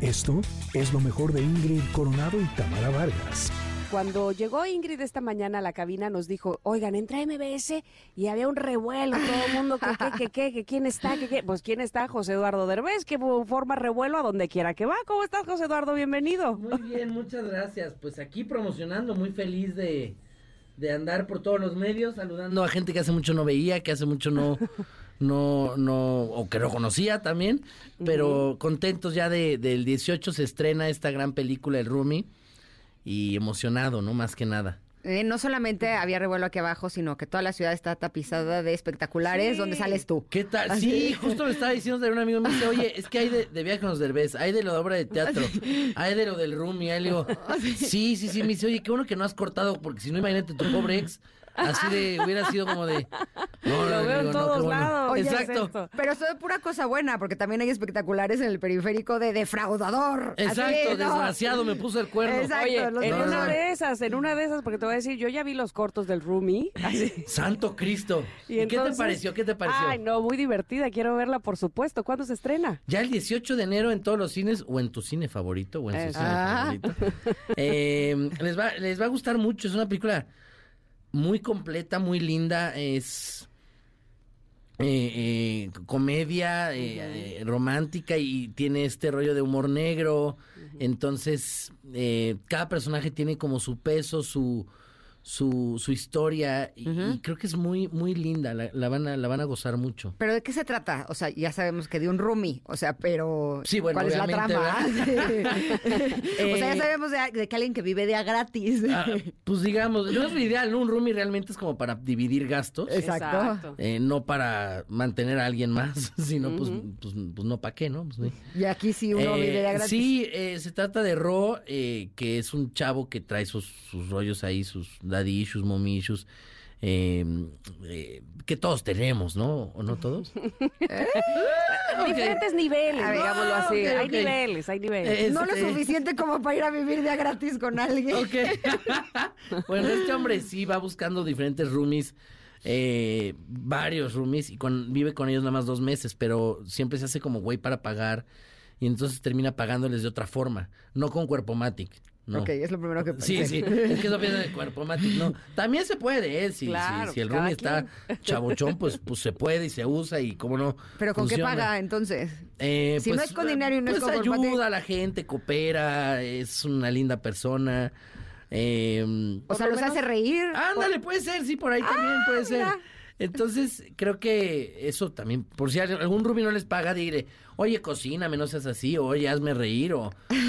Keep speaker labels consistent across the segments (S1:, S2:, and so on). S1: Esto es lo mejor de Ingrid Coronado y Tamara Vargas.
S2: Cuando llegó Ingrid esta mañana a la cabina nos dijo, oigan, entra a MBS y había un revuelo, todo el mundo, que, qué, que, qué, que quién está, que, qué? pues quién está, José Eduardo Derbez, que forma revuelo a donde quiera que va. ¿Cómo estás, José Eduardo? Bienvenido.
S3: Muy bien, muchas gracias. Pues aquí promocionando, muy feliz de, de andar por todos los medios, saludando a gente que hace mucho no veía, que hace mucho no, no, no, o que no conocía también, pero contentos ya de, del 18 se estrena esta gran película, El Rumi, y emocionado, ¿no? Más que nada.
S4: Eh, no solamente había revuelo aquí abajo, sino que toda la ciudad está tapizada de espectaculares
S2: Sí.
S4: donde sales tú.
S3: ¿Qué tal? Sí, justo me estaba diciendo de un amigo, me dice, oye, es que hay de, de viaje con los derbés, hay de lo de obra de teatro, hay de lo del roomie, hay le digo, sí, sí, sí, me dice, oye, qué bueno que no has cortado, porque si no, imagínate tu pobre ex, así de, hubiera sido como de... No,
S2: Lo
S3: le
S2: veo en
S3: digo, no, qué
S2: todos
S3: bueno.
S2: lados.
S4: Oye,
S3: Exacto.
S2: exacto.
S4: Pero eso es pura cosa buena, porque también hay espectaculares en el periférico de defraudador.
S3: Exacto,
S4: Así, ¿no?
S3: desgraciado, me puso el cuerno.
S4: Exacto,
S2: Oye,
S4: los
S2: en
S3: dos.
S2: una de esas, en una de esas, porque te voy a decir, yo ya vi los cortos del Rumi. Así.
S3: Santo Cristo. ¿Y, qué
S2: entonces-
S3: te pareció? ¿Qué te pareció?
S2: Ay, no, muy divertida, quiero verla, por supuesto. ¿Cuándo se estrena?
S3: Ya el 18 de enero en todos los cines, o en tu cine favorito, o en su
S2: Eh,
S3: cine
S4: ah.
S3: favorito. Eh, les, va, les va a gustar mucho. Es una película muy completa, muy linda. Es eh, eh, comedia eh, eh, romántica y tiene este rollo de humor negro. Entonces, eh, cada personaje tiene como su peso, su. Su, su historia y, y creo que es muy muy linda la, la van a la van a gozar mucho
S4: Pero ¿de qué se trata? O sea, ya sabemos que de un roomie, o sea, pero
S3: Sí, bueno,
S4: ¿cuál es la
S3: obviamente,
S4: trama? o sea,
S3: Eh,
S4: ya sabemos de, de que alguien que vive de a gratis.
S3: Ah, pues digamos, no es lo ideal, ¿no? Un roomie realmente es como para dividir gastos,
S4: Exacto.
S3: eh, no para mantener a alguien más, sino pues, pues, pues no para qué, ¿no? Pues, sí.
S4: Y aquí sí uno
S3: Eh,
S4: vive de a gratis.
S3: sí, eh, se trata de Ro, eh, que es un chavo que trae sus, sus rollos ahí, sus daddy issues, mommy issues, eh, eh, que todos tenemos, ¿no? ¿O no todos?
S2: Diferentes niveles,
S4: A ver,
S2: Ah, digámoslo así.
S3: ok,
S2: Hay
S3: ok.
S2: niveles, hay niveles.
S3: Eh,
S4: No lo
S3: este-
S4: suficiente como para ir a vivir de a gratis con alguien.
S3: Ok. bueno, este hombre sí va buscando diferentes roomies, eh, varios roomies, y con- vive con ellos nada más dos meses, pero siempre se hace como güey para pagar, y entonces termina pagándoles de otra forma, no con Cuerpomatic. No.
S4: Ok, es lo primero que pensé.
S3: Sí, sí, es que eso piensa de Cuerpomatic, no. También se puede, ¿eh? Si, si-
S2: Claro,
S3: si el
S4: pues
S2: cada
S3: roomie está chabochón, pues, pues se puede y se usa, y cómo no.
S4: Pero ¿con
S3: funciona.
S4: qué paga entonces?
S3: Eh,
S4: Si no es con dinero y no es
S3: pues
S4: con
S3: ayuda
S4: golpate.
S3: a la gente, coopera, es una linda persona. eh,
S4: O sea, los hace reír.
S3: ándale, puede ser, sí, por ahí
S4: Ah,
S3: también puede ser. Entonces, creo que eso también, por si algún rubio no les paga, dile, oye, cocíname, no seas así, o, oye, hazme reír, o,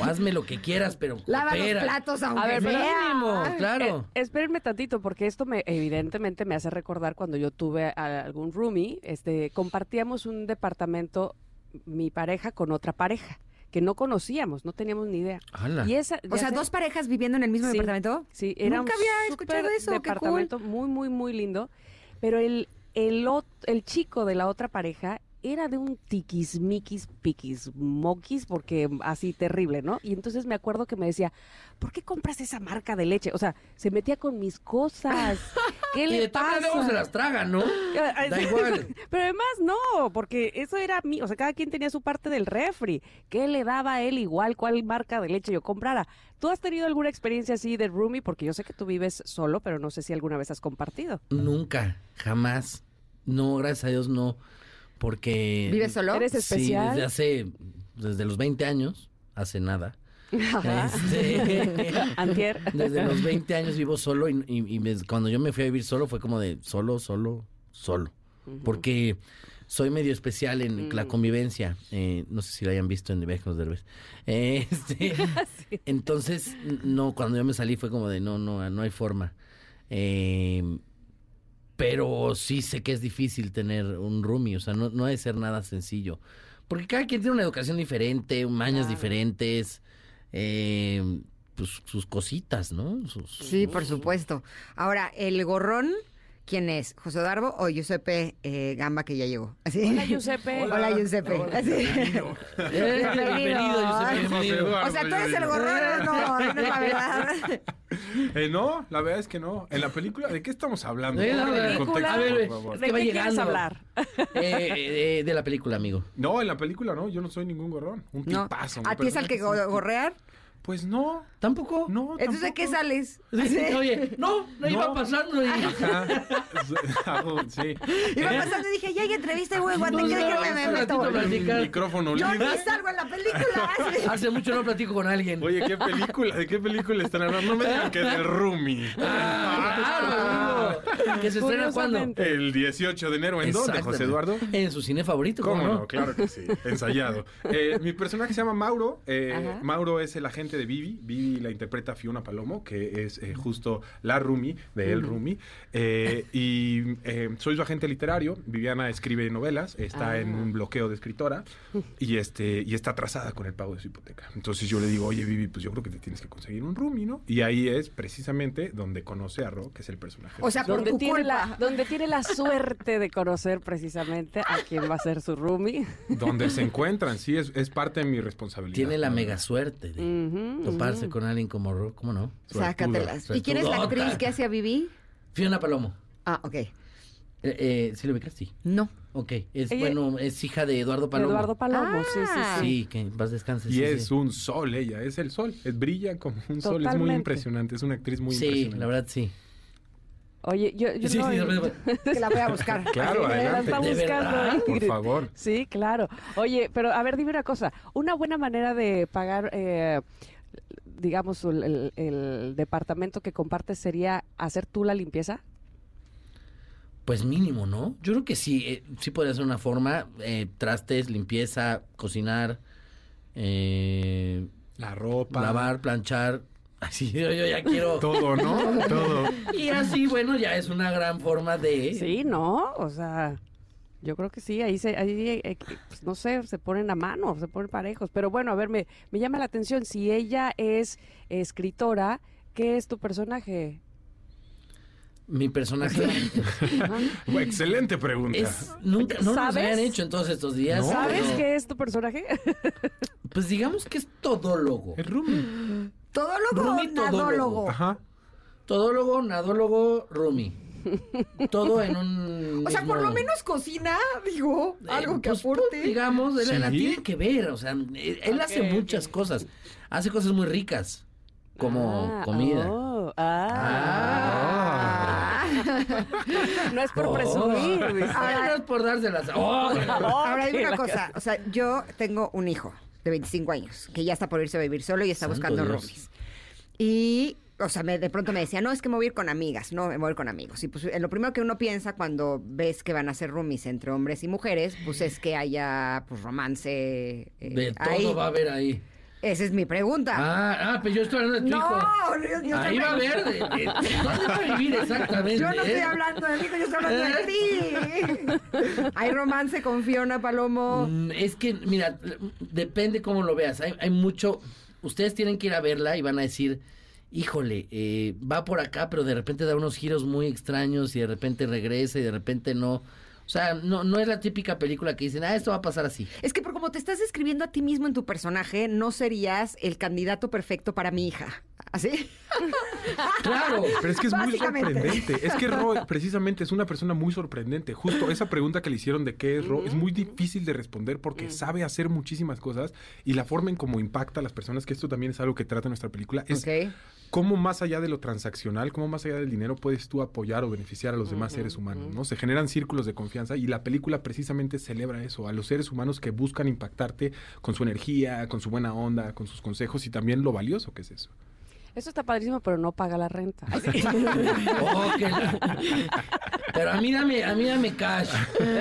S3: o hazme lo que quieras, pero
S4: Lava los
S3: coopera".
S4: platos aunque
S2: ver, pero-
S4: sea.
S3: Mínimo,
S2: Eh,
S3: claro.
S2: espérenme tantito, porque esto me, evidentemente me hace recordar cuando yo tuve a- algún roomie, este, compartíamos un departamento, mi pareja con otra pareja, que no conocíamos, no teníamos ni idea.
S3: Ala.
S2: Y esa,
S4: O
S2: ya
S4: sea,
S2: sé-
S4: dos parejas viviendo en el mismo
S2: Sí.
S4: departamento.
S2: Sí, era
S4: Nunca
S2: un
S4: había escuchado
S2: súper
S4: eso, qué cool.
S2: departamento muy, muy, muy lindo. Pero el, el, ot- el chico de la otra pareja era de un tiquismiquis, piquis, moquis, porque así terrible, ¿no? Y entonces me acuerdo que me decía, ¿por qué compras esa marca de leche? O sea, se metía con mis cosas. ¿Qué
S3: Y
S2: le
S3: de todas
S2: pasa?
S3: maneras luego se las traga, ¿no?
S2: Ah,
S3: Da
S2: sí,
S3: igual.
S2: Pero además no, porque eso era mí, o sea, cada quien tenía su parte del refri. ¿Qué le daba a él igual cuál marca de leche yo comprara? ¿Tú has tenido alguna experiencia así de roomie? Porque yo sé que tú vives solo, pero no sé si alguna vez has compartido.
S3: Nunca, jamás. No, gracias a Dios no. Porque.
S4: ¿Vives solo?
S2: Eres especial.
S3: Sí, desde hace. Desde los 20 años, hace nada. Este,
S2: Antier.
S3: desde los 20 años vivo solo y, y- y me- cuando yo me fui a vivir solo fue como de solo, solo, solo. Porque soy medio especial en la convivencia. eh, no sé si la hayan visto en Viaje con los Derbez. Eh, este, Entonces, n- no, cuando yo me salí fue como de no, no, no hay forma. Eh, pero sí sé que es difícil tener un roomie, o sea, no, no ha de ser nada sencillo. Porque cada quien tiene una educación diferente, mañas diferentes, eh, pues sus cositas, ¿no? Sus-
S4: Sí,
S3: sus-
S4: por supuesto. Ahora, el gorrón, ¿quién es? ¿José Darbo o Giuseppe eh, Gamba que ya llegó? Así.
S2: Hola, Giuseppe.
S4: Hola, Giuseppe. Así.
S3: Eh, bienvenido, Giuseppe,
S4: Ay,
S3: bienvenido.
S4: O sea, tú eres el gorrón, no, no, no es la verdad.
S5: Eh, no, la verdad es que no. En la película, ¿de qué estamos hablando?
S3: Eh, la
S5: Pongan en
S3: película.
S5: contexto,
S3: A ver,
S5: por favor.
S2: ¿De
S3: que va
S2: qué quieres
S3: llegando.
S2: hablar?
S3: Eh, eh, de la película, amigo.
S5: No, en la película no, yo no soy ningún gorrón. Un
S4: No.
S5: tipazo.
S4: ¿A
S5: un
S4: ti es al que
S5: personaje
S4: go- gorrear?
S5: sin- Pues no,
S3: ¿Tampoco?
S5: no.
S4: Entonces, ¿de qué
S5: tampoco.
S4: sales?
S3: Oye, no, no, iba
S5: No. Ah.
S3: pasando. Y...
S5: Ajá. Ah, sí.
S4: Iba pasando y dije, ya hay entrevista, güey, guate,
S3: No,
S4: ¿qué
S3: no,
S4: que me
S3: un ratito
S4: meto?
S3: platicamos.
S5: Un
S3: Platicar.
S5: micrófono
S4: Yo
S5: libre.
S4: no salgo en la película.
S3: Hace mucho no platico con alguien.
S5: Oye, ¿qué película? ¿De qué película están hablando? No me digan que del Rumi.
S4: pues,
S3: Ah, claro, Ah, amigo. ¿Que se estrena cuándo?
S2: Curiosamente.
S5: El 18 de enero, ¿en dónde,
S3: Exactamente.
S5: José Eduardo?
S3: En su cine favorito, ¿cómo,
S5: ¿Cómo
S3: no?
S5: no? Claro que sí, ensayado. Eh, mi personaje se llama Mauro. eh,
S4: Ajá.
S5: Mauro es el agente de Vivi. Vivi la interpreta Fiona Palomo, que es eh, justo la Rumi, de El Rumi. Eh, y eh, soy su agente literario. Viviana escribe novelas, está
S2: Ah.
S5: en un bloqueo de escritora y, este, y está atrasada con el pago de su hipoteca. Entonces yo le digo, oye Vivi, pues yo creo que te tienes que conseguir un Rumi, ¿no? Y ahí es precisamente donde conoce a Ro, que es el personaje.
S4: O sea, por
S2: Donde
S4: tu
S2: tiene, la,
S4: culpa.
S2: donde tiene la suerte de conocer precisamente a quien va a ser su roomie.
S5: donde se encuentran, sí, es, es parte de mi responsabilidad.
S3: Tiene la mega suerte de
S2: Ujú,
S5: Mm.
S3: toparse
S2: ujú.
S3: con alguien como Ro, ¿cómo no?
S4: Sácatelas.
S3: Suertuda.
S4: ¿Y quién es la actriz que hace a Vivi?
S3: Fiona Palomo.
S4: Ah, ok.
S3: Eh, eh, ¿Sí lo ubicas? Sí.
S4: No.
S3: Ok. Es,
S2: Ella-
S3: bueno, es hija de Eduardo Palomo.
S2: Eduardo Palomo, sí,
S4: Ah.
S2: sí, sí.
S3: Sí, que en paz descanse.
S5: Y
S3: sí,
S5: es
S3: sí.
S5: un sol ella, es el sol. Es, brilla como un sol, es muy
S2: Totalmente.
S5: impresionante, es una actriz muy
S3: Sí,
S5: impresionante.
S3: la verdad sí.
S2: Oye, yo, yo
S3: Ah. sí,
S2: no-
S3: sí, de verdad.
S4: Que la voy a buscar.
S5: Claro,
S2: la
S5: adelante.
S2: está
S3: ¿De
S2: buscando,
S3: verdad?
S5: Por
S2: Ingrid.
S5: favor.
S2: Sí, claro. Oye, pero a ver, dime una cosa. Una buena manera de pagar, eh, digamos, el, el- el departamento que compartes sería hacer tú la limpieza.
S3: Pues mínimo, ¿no? Yo creo que sí, eh, sí podría ser una forma. eh, trastes, limpieza, cocinar, eh,
S5: La ropa.
S3: lavar, planchar. Así, yo, yo ya quiero.
S5: Todo, ¿no? Todo.
S3: Y así, bueno, ya es una gran forma de.
S2: Sí, ¿no? O sea, yo creo que sí. Ahí, se, ahí eh, que, pues, no sé, se ponen a mano, se ponen parejos. Pero bueno, a ver, me, me llama la atención. Si ella es escritora, ¿qué es tu personaje?
S3: Mi personaje
S5: Bueno, Excelente pregunta.
S3: es. Nunca, no nos
S2: ¿Sabes?
S3: habían hecho en todos estos días.
S5: No.
S2: ¿Sabes
S3: pero-
S2: qué es tu personaje?
S3: Pues digamos que es todólogo.
S5: Es Rumi.
S4: ¿Todólogo o
S3: Rumi todólogo.
S4: nadólogo?
S5: Ajá.
S3: Todólogo, nadólogo, rumi. Todo en un.
S4: O sea, por
S3: mismo-
S4: lo menos cocina, digo,
S3: Eh,
S4: algo que
S3: pues, pues,
S4: aporte.
S3: digamos, él,
S5: Sí.
S3: la tiene que ver. O sea, él, él hace
S2: Ok,
S3: muchas cosas. Hace cosas muy ricas, como
S2: Ah,
S3: comida.
S2: oh,
S5: Ah.
S2: ah. No es por
S3: Oh.
S2: presumir. dice.
S3: Ay, no es por
S4: Ah.
S3: dárselas. Oh.
S4: Ahora dime una cosa, o sea, yo tengo un hijo de 25 años que ya está por irse a vivir solo y está
S3: Santo
S4: buscando
S3: Dios.
S4: roomies. Y, o sea, me- de pronto me decía, no, es que me voy a ir con amigas, no, me voy a ir con amigos. Y pues eh, lo primero que uno piensa cuando ves que van a ser roomies entre hombres y mujeres, pues es que haya, pues, romance eh,
S3: De todo
S4: ahí.
S3: va a haber ahí.
S4: Esa es mi pregunta.
S3: Ah, ah, pero yo estoy hablando de tu
S4: no,
S3: hijo.
S4: yo, yo
S3: Ahí
S4: estoy-
S3: va a haber. de- de- de- ¿Dónde va a vivir exactamente?
S4: yo no estoy
S3: eh?
S4: hablando de mí, yo estoy hablando de ti. Hay romance con Fiona Palomo.
S3: Mm, Es que, mira, depende cómo lo veas. Hay, hay mucho. Ustedes tienen que ir a verla y van a decir, híjole, eh, va por acá, pero de repente da unos giros muy extraños y de repente regresa y de repente no. O sea, no, no es la típica película que dicen, ah, esto va a pasar así.
S4: Es que por como te estás describiendo a ti mismo en tu personaje, no serías el candidato perfecto para mi hija. ¿Así?
S3: Claro.
S5: Pero es que es muy
S4: Básicamente.
S5: sorprendente. Es que Ro precisamente es una persona muy sorprendente. Justo esa pregunta que le hicieron de qué es Ro es muy difícil de responder
S4: Mm.
S5: porque sabe hacer muchísimas cosas y la forma en cómo impacta a las personas, que esto también es algo que trata nuestra película, es cómo más allá de lo transaccional, cómo más allá del dinero puedes tú apoyar o beneficiar a los demás seres humanos, ¿no? Se generan círculos de confianza y la película precisamente celebra eso, a los seres humanos que buscan impactarte con su energía, con su buena onda, con sus consejos y también lo valioso que es eso.
S2: Eso está padrísimo, pero no paga la renta.
S3: Oh, que la- Pero a mí dame, a mí dame cash.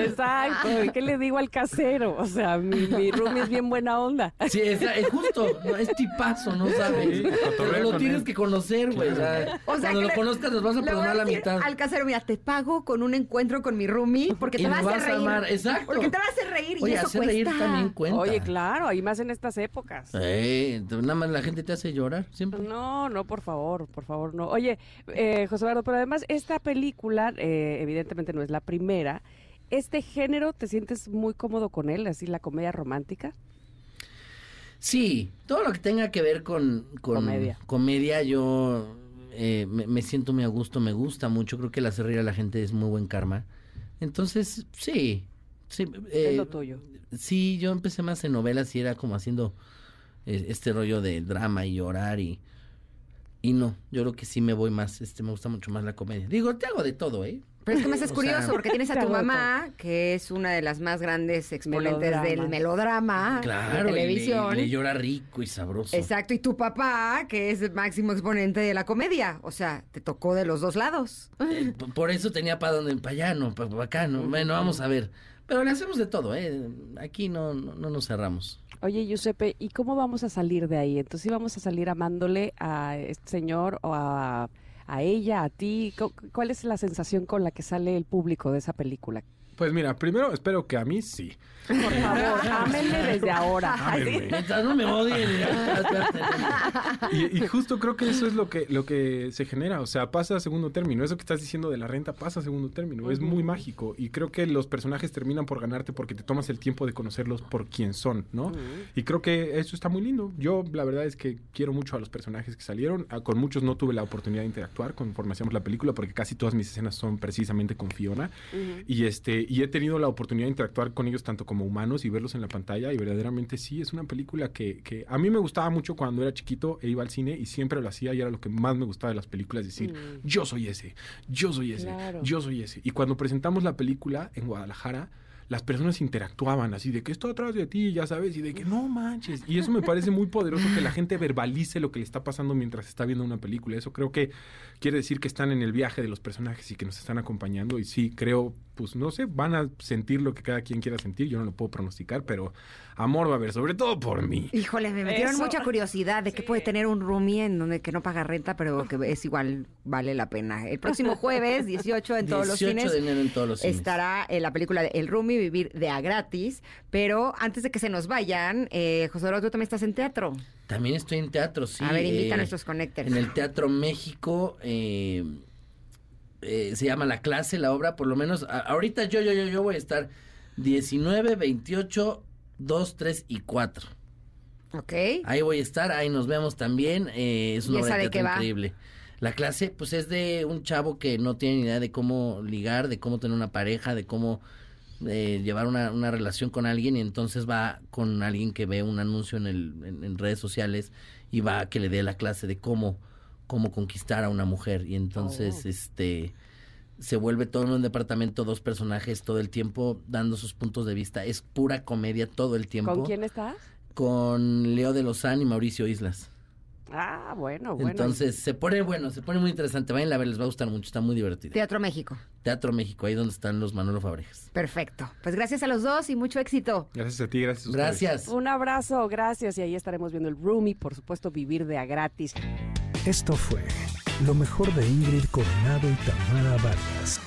S2: Exacto. ¿y ¿Qué le digo al casero? O sea, mi, mi roomie es bien buena onda.
S3: Sí, es, es justo, no, es tipazo, no sabes.
S5: Sí,
S3: Pero
S5: cotorrea
S3: lo
S5: con
S3: tienes
S5: él.
S3: que conocer, güey. o sea, cuando
S4: que
S3: lo
S4: le-
S3: conozcas nos vas a
S4: le voy
S3: perdonar la
S4: decir
S3: mitad.
S4: Al casero, mira, te pago con un encuentro con mi roomie porque
S3: Y
S4: te
S3: me
S4: vas,
S3: vas a
S4: a reír.
S3: amar, exacto.
S4: Porque te vas a hacer reír y
S3: Oye,
S4: eso
S3: hacer
S4: cuesta.
S3: reír también cuenta.
S2: Oye, claro, ahí más en estas épocas.
S3: Eh, nada más la gente te hace llorar siempre.
S2: No, no, por favor, por favor, no. Oye, eh, José Eduardo, pero además esta película, eh, evidentemente no es la primera. ¿Este género te sientes muy cómodo con él, así la comedia romántica?
S3: Sí, todo lo que tenga que ver con, con
S2: Comedia.
S3: comedia, yo eh, me, me siento muy a gusto, me gusta mucho. Creo que el hacer reír a la gente es muy buen karma. Entonces, sí. Sí,
S2: es
S3: eh,
S2: lo tuyo.
S3: sí, yo empecé más en novelas y era como haciendo eh, este rollo de drama y llorar y, y no, yo creo que sí me voy más, este me gusta mucho más la comedia. Digo, te hago de todo, ¿eh?
S4: Pero es que me haces
S3: O sea,
S4: curioso porque tienes a
S2: te
S4: tu
S2: agota.
S4: mamá, que es una de las más grandes exponentes del
S2: Melodrama.
S4: melodrama
S3: Claro,
S4: de
S3: y le-
S4: televisión.
S3: le, llora rico y sabroso.
S4: Exacto, y tu papá, que es el máximo exponente de la comedia. O sea, te tocó de los dos lados.
S3: Eh, p- por eso tenía para donde, para allá, no, para acá, no. Bueno, vamos a ver. Pero le hacemos de todo, ¿eh? Aquí no, no, no nos cerramos.
S2: Oye, Giuseppe, ¿y cómo vamos a salir de ahí? Entonces, ¿sí vamos a salir amándole a este señor o a, a ella, a ti? Co- ¿Cuál es la sensación con la que sale el público de esa película?
S5: Pues mira, primero espero que a mí sí.
S2: Por favor, ámenle desde ahora.
S5: Ámenme.
S3: Mientras no me odien. ya, espérate, espérate.
S5: Y, y justo creo que eso es lo que, lo que se genera, o sea, pasa a segundo término. Eso que estás diciendo de la renta pasa a segundo término. Es muy mágico y creo que los personajes terminan por ganarte porque te tomas el tiempo de conocerlos por quién son, ¿no? Y creo que eso está muy lindo. Yo la verdad es que quiero mucho a los personajes que salieron. Ah, Con muchos no tuve la oportunidad de interactuar conforme hacíamos la película porque casi todas mis escenas son precisamente con Fiona. Y este y he tenido la oportunidad de interactuar con ellos tanto como humanos y verlos en la pantalla y verdaderamente sí, es una película que, que a mí me gustaba mucho cuando era chiquito e iba al cine y siempre lo hacía y era lo que más me gustaba de las películas, decir,
S2: Mm.
S5: yo soy ese, yo soy ese,
S2: Claro.
S5: yo soy ese. Y cuando presentamos la película en Guadalajara, las personas interactuaban así de que esto atrás de ti, ya sabes, y de que no manches. Y eso me parece muy poderoso que la gente verbalice lo que le está pasando mientras está viendo una película. Eso creo que quiere decir que están en el viaje de los personajes y que nos están acompañando. Y sí, creo, pues no sé, van a sentir lo que cada quien quiera sentir. Yo no lo puedo pronosticar, pero amor va a haber, sobre todo por mí.
S4: Híjole, me metieron
S2: Eso.
S4: mucha curiosidad de que puede tener un roomie en donde que no paga renta, pero que es igual, vale la pena. El próximo jueves, 18 en todos los
S3: 18
S4: cines.
S3: de enero en todos los cines.
S4: Estará en la película de El Roomie, Vivir de a gratis. Pero antes de que se nos vayan, eh, José Eduardo, tú también estás en teatro.
S3: También estoy en teatro, sí.
S4: a ver, invita
S3: eh,
S4: a nuestros connectors.
S3: En el Teatro México eh, eh, se llama La clase, la obra, por lo menos. a- ahorita yo, yo, yo, yo voy a estar 19, 28, 2, 3 y 4.
S4: Ok.
S3: Ahí voy a estar, ahí nos vemos también. eh, es
S4: ¿Y
S3: una obra
S4: esa
S3: de
S4: de qué
S3: teatro
S4: va?
S3: increíble. La clase, pues es de un chavo que no tiene ni idea de cómo ligar, de cómo tener una pareja, de cómo eh, llevar una, una relación con alguien y entonces va con alguien que ve un anuncio en, el, en, en redes sociales y va a que le dé la clase de cómo, cómo conquistar a una mujer y entonces
S4: Oh.
S3: este se vuelve todo en un departamento dos personajes todo el tiempo dando sus puntos de vista es pura comedia todo el tiempo
S2: ¿Con quién estás?
S3: con Leo de Lozán y Mauricio Islas.
S2: Ah, bueno, bueno.
S3: Entonces se pone bueno, se pone muy interesante. Vayan a ver, les va a gustar mucho, está muy divertido.
S4: Teatro México.
S3: Teatro México, ahí donde están los Manolo Fabrejas.
S4: Perfecto. Pues gracias a los dos y mucho éxito.
S5: Gracias a ti, gracias a ustedes.
S3: Gracias.
S2: Un abrazo, gracias. Y ahí estaremos viendo el room y, por supuesto, vivir de a gratis.
S1: Esto fue lo mejor de Ingrid Coronado y Tamara Vargas.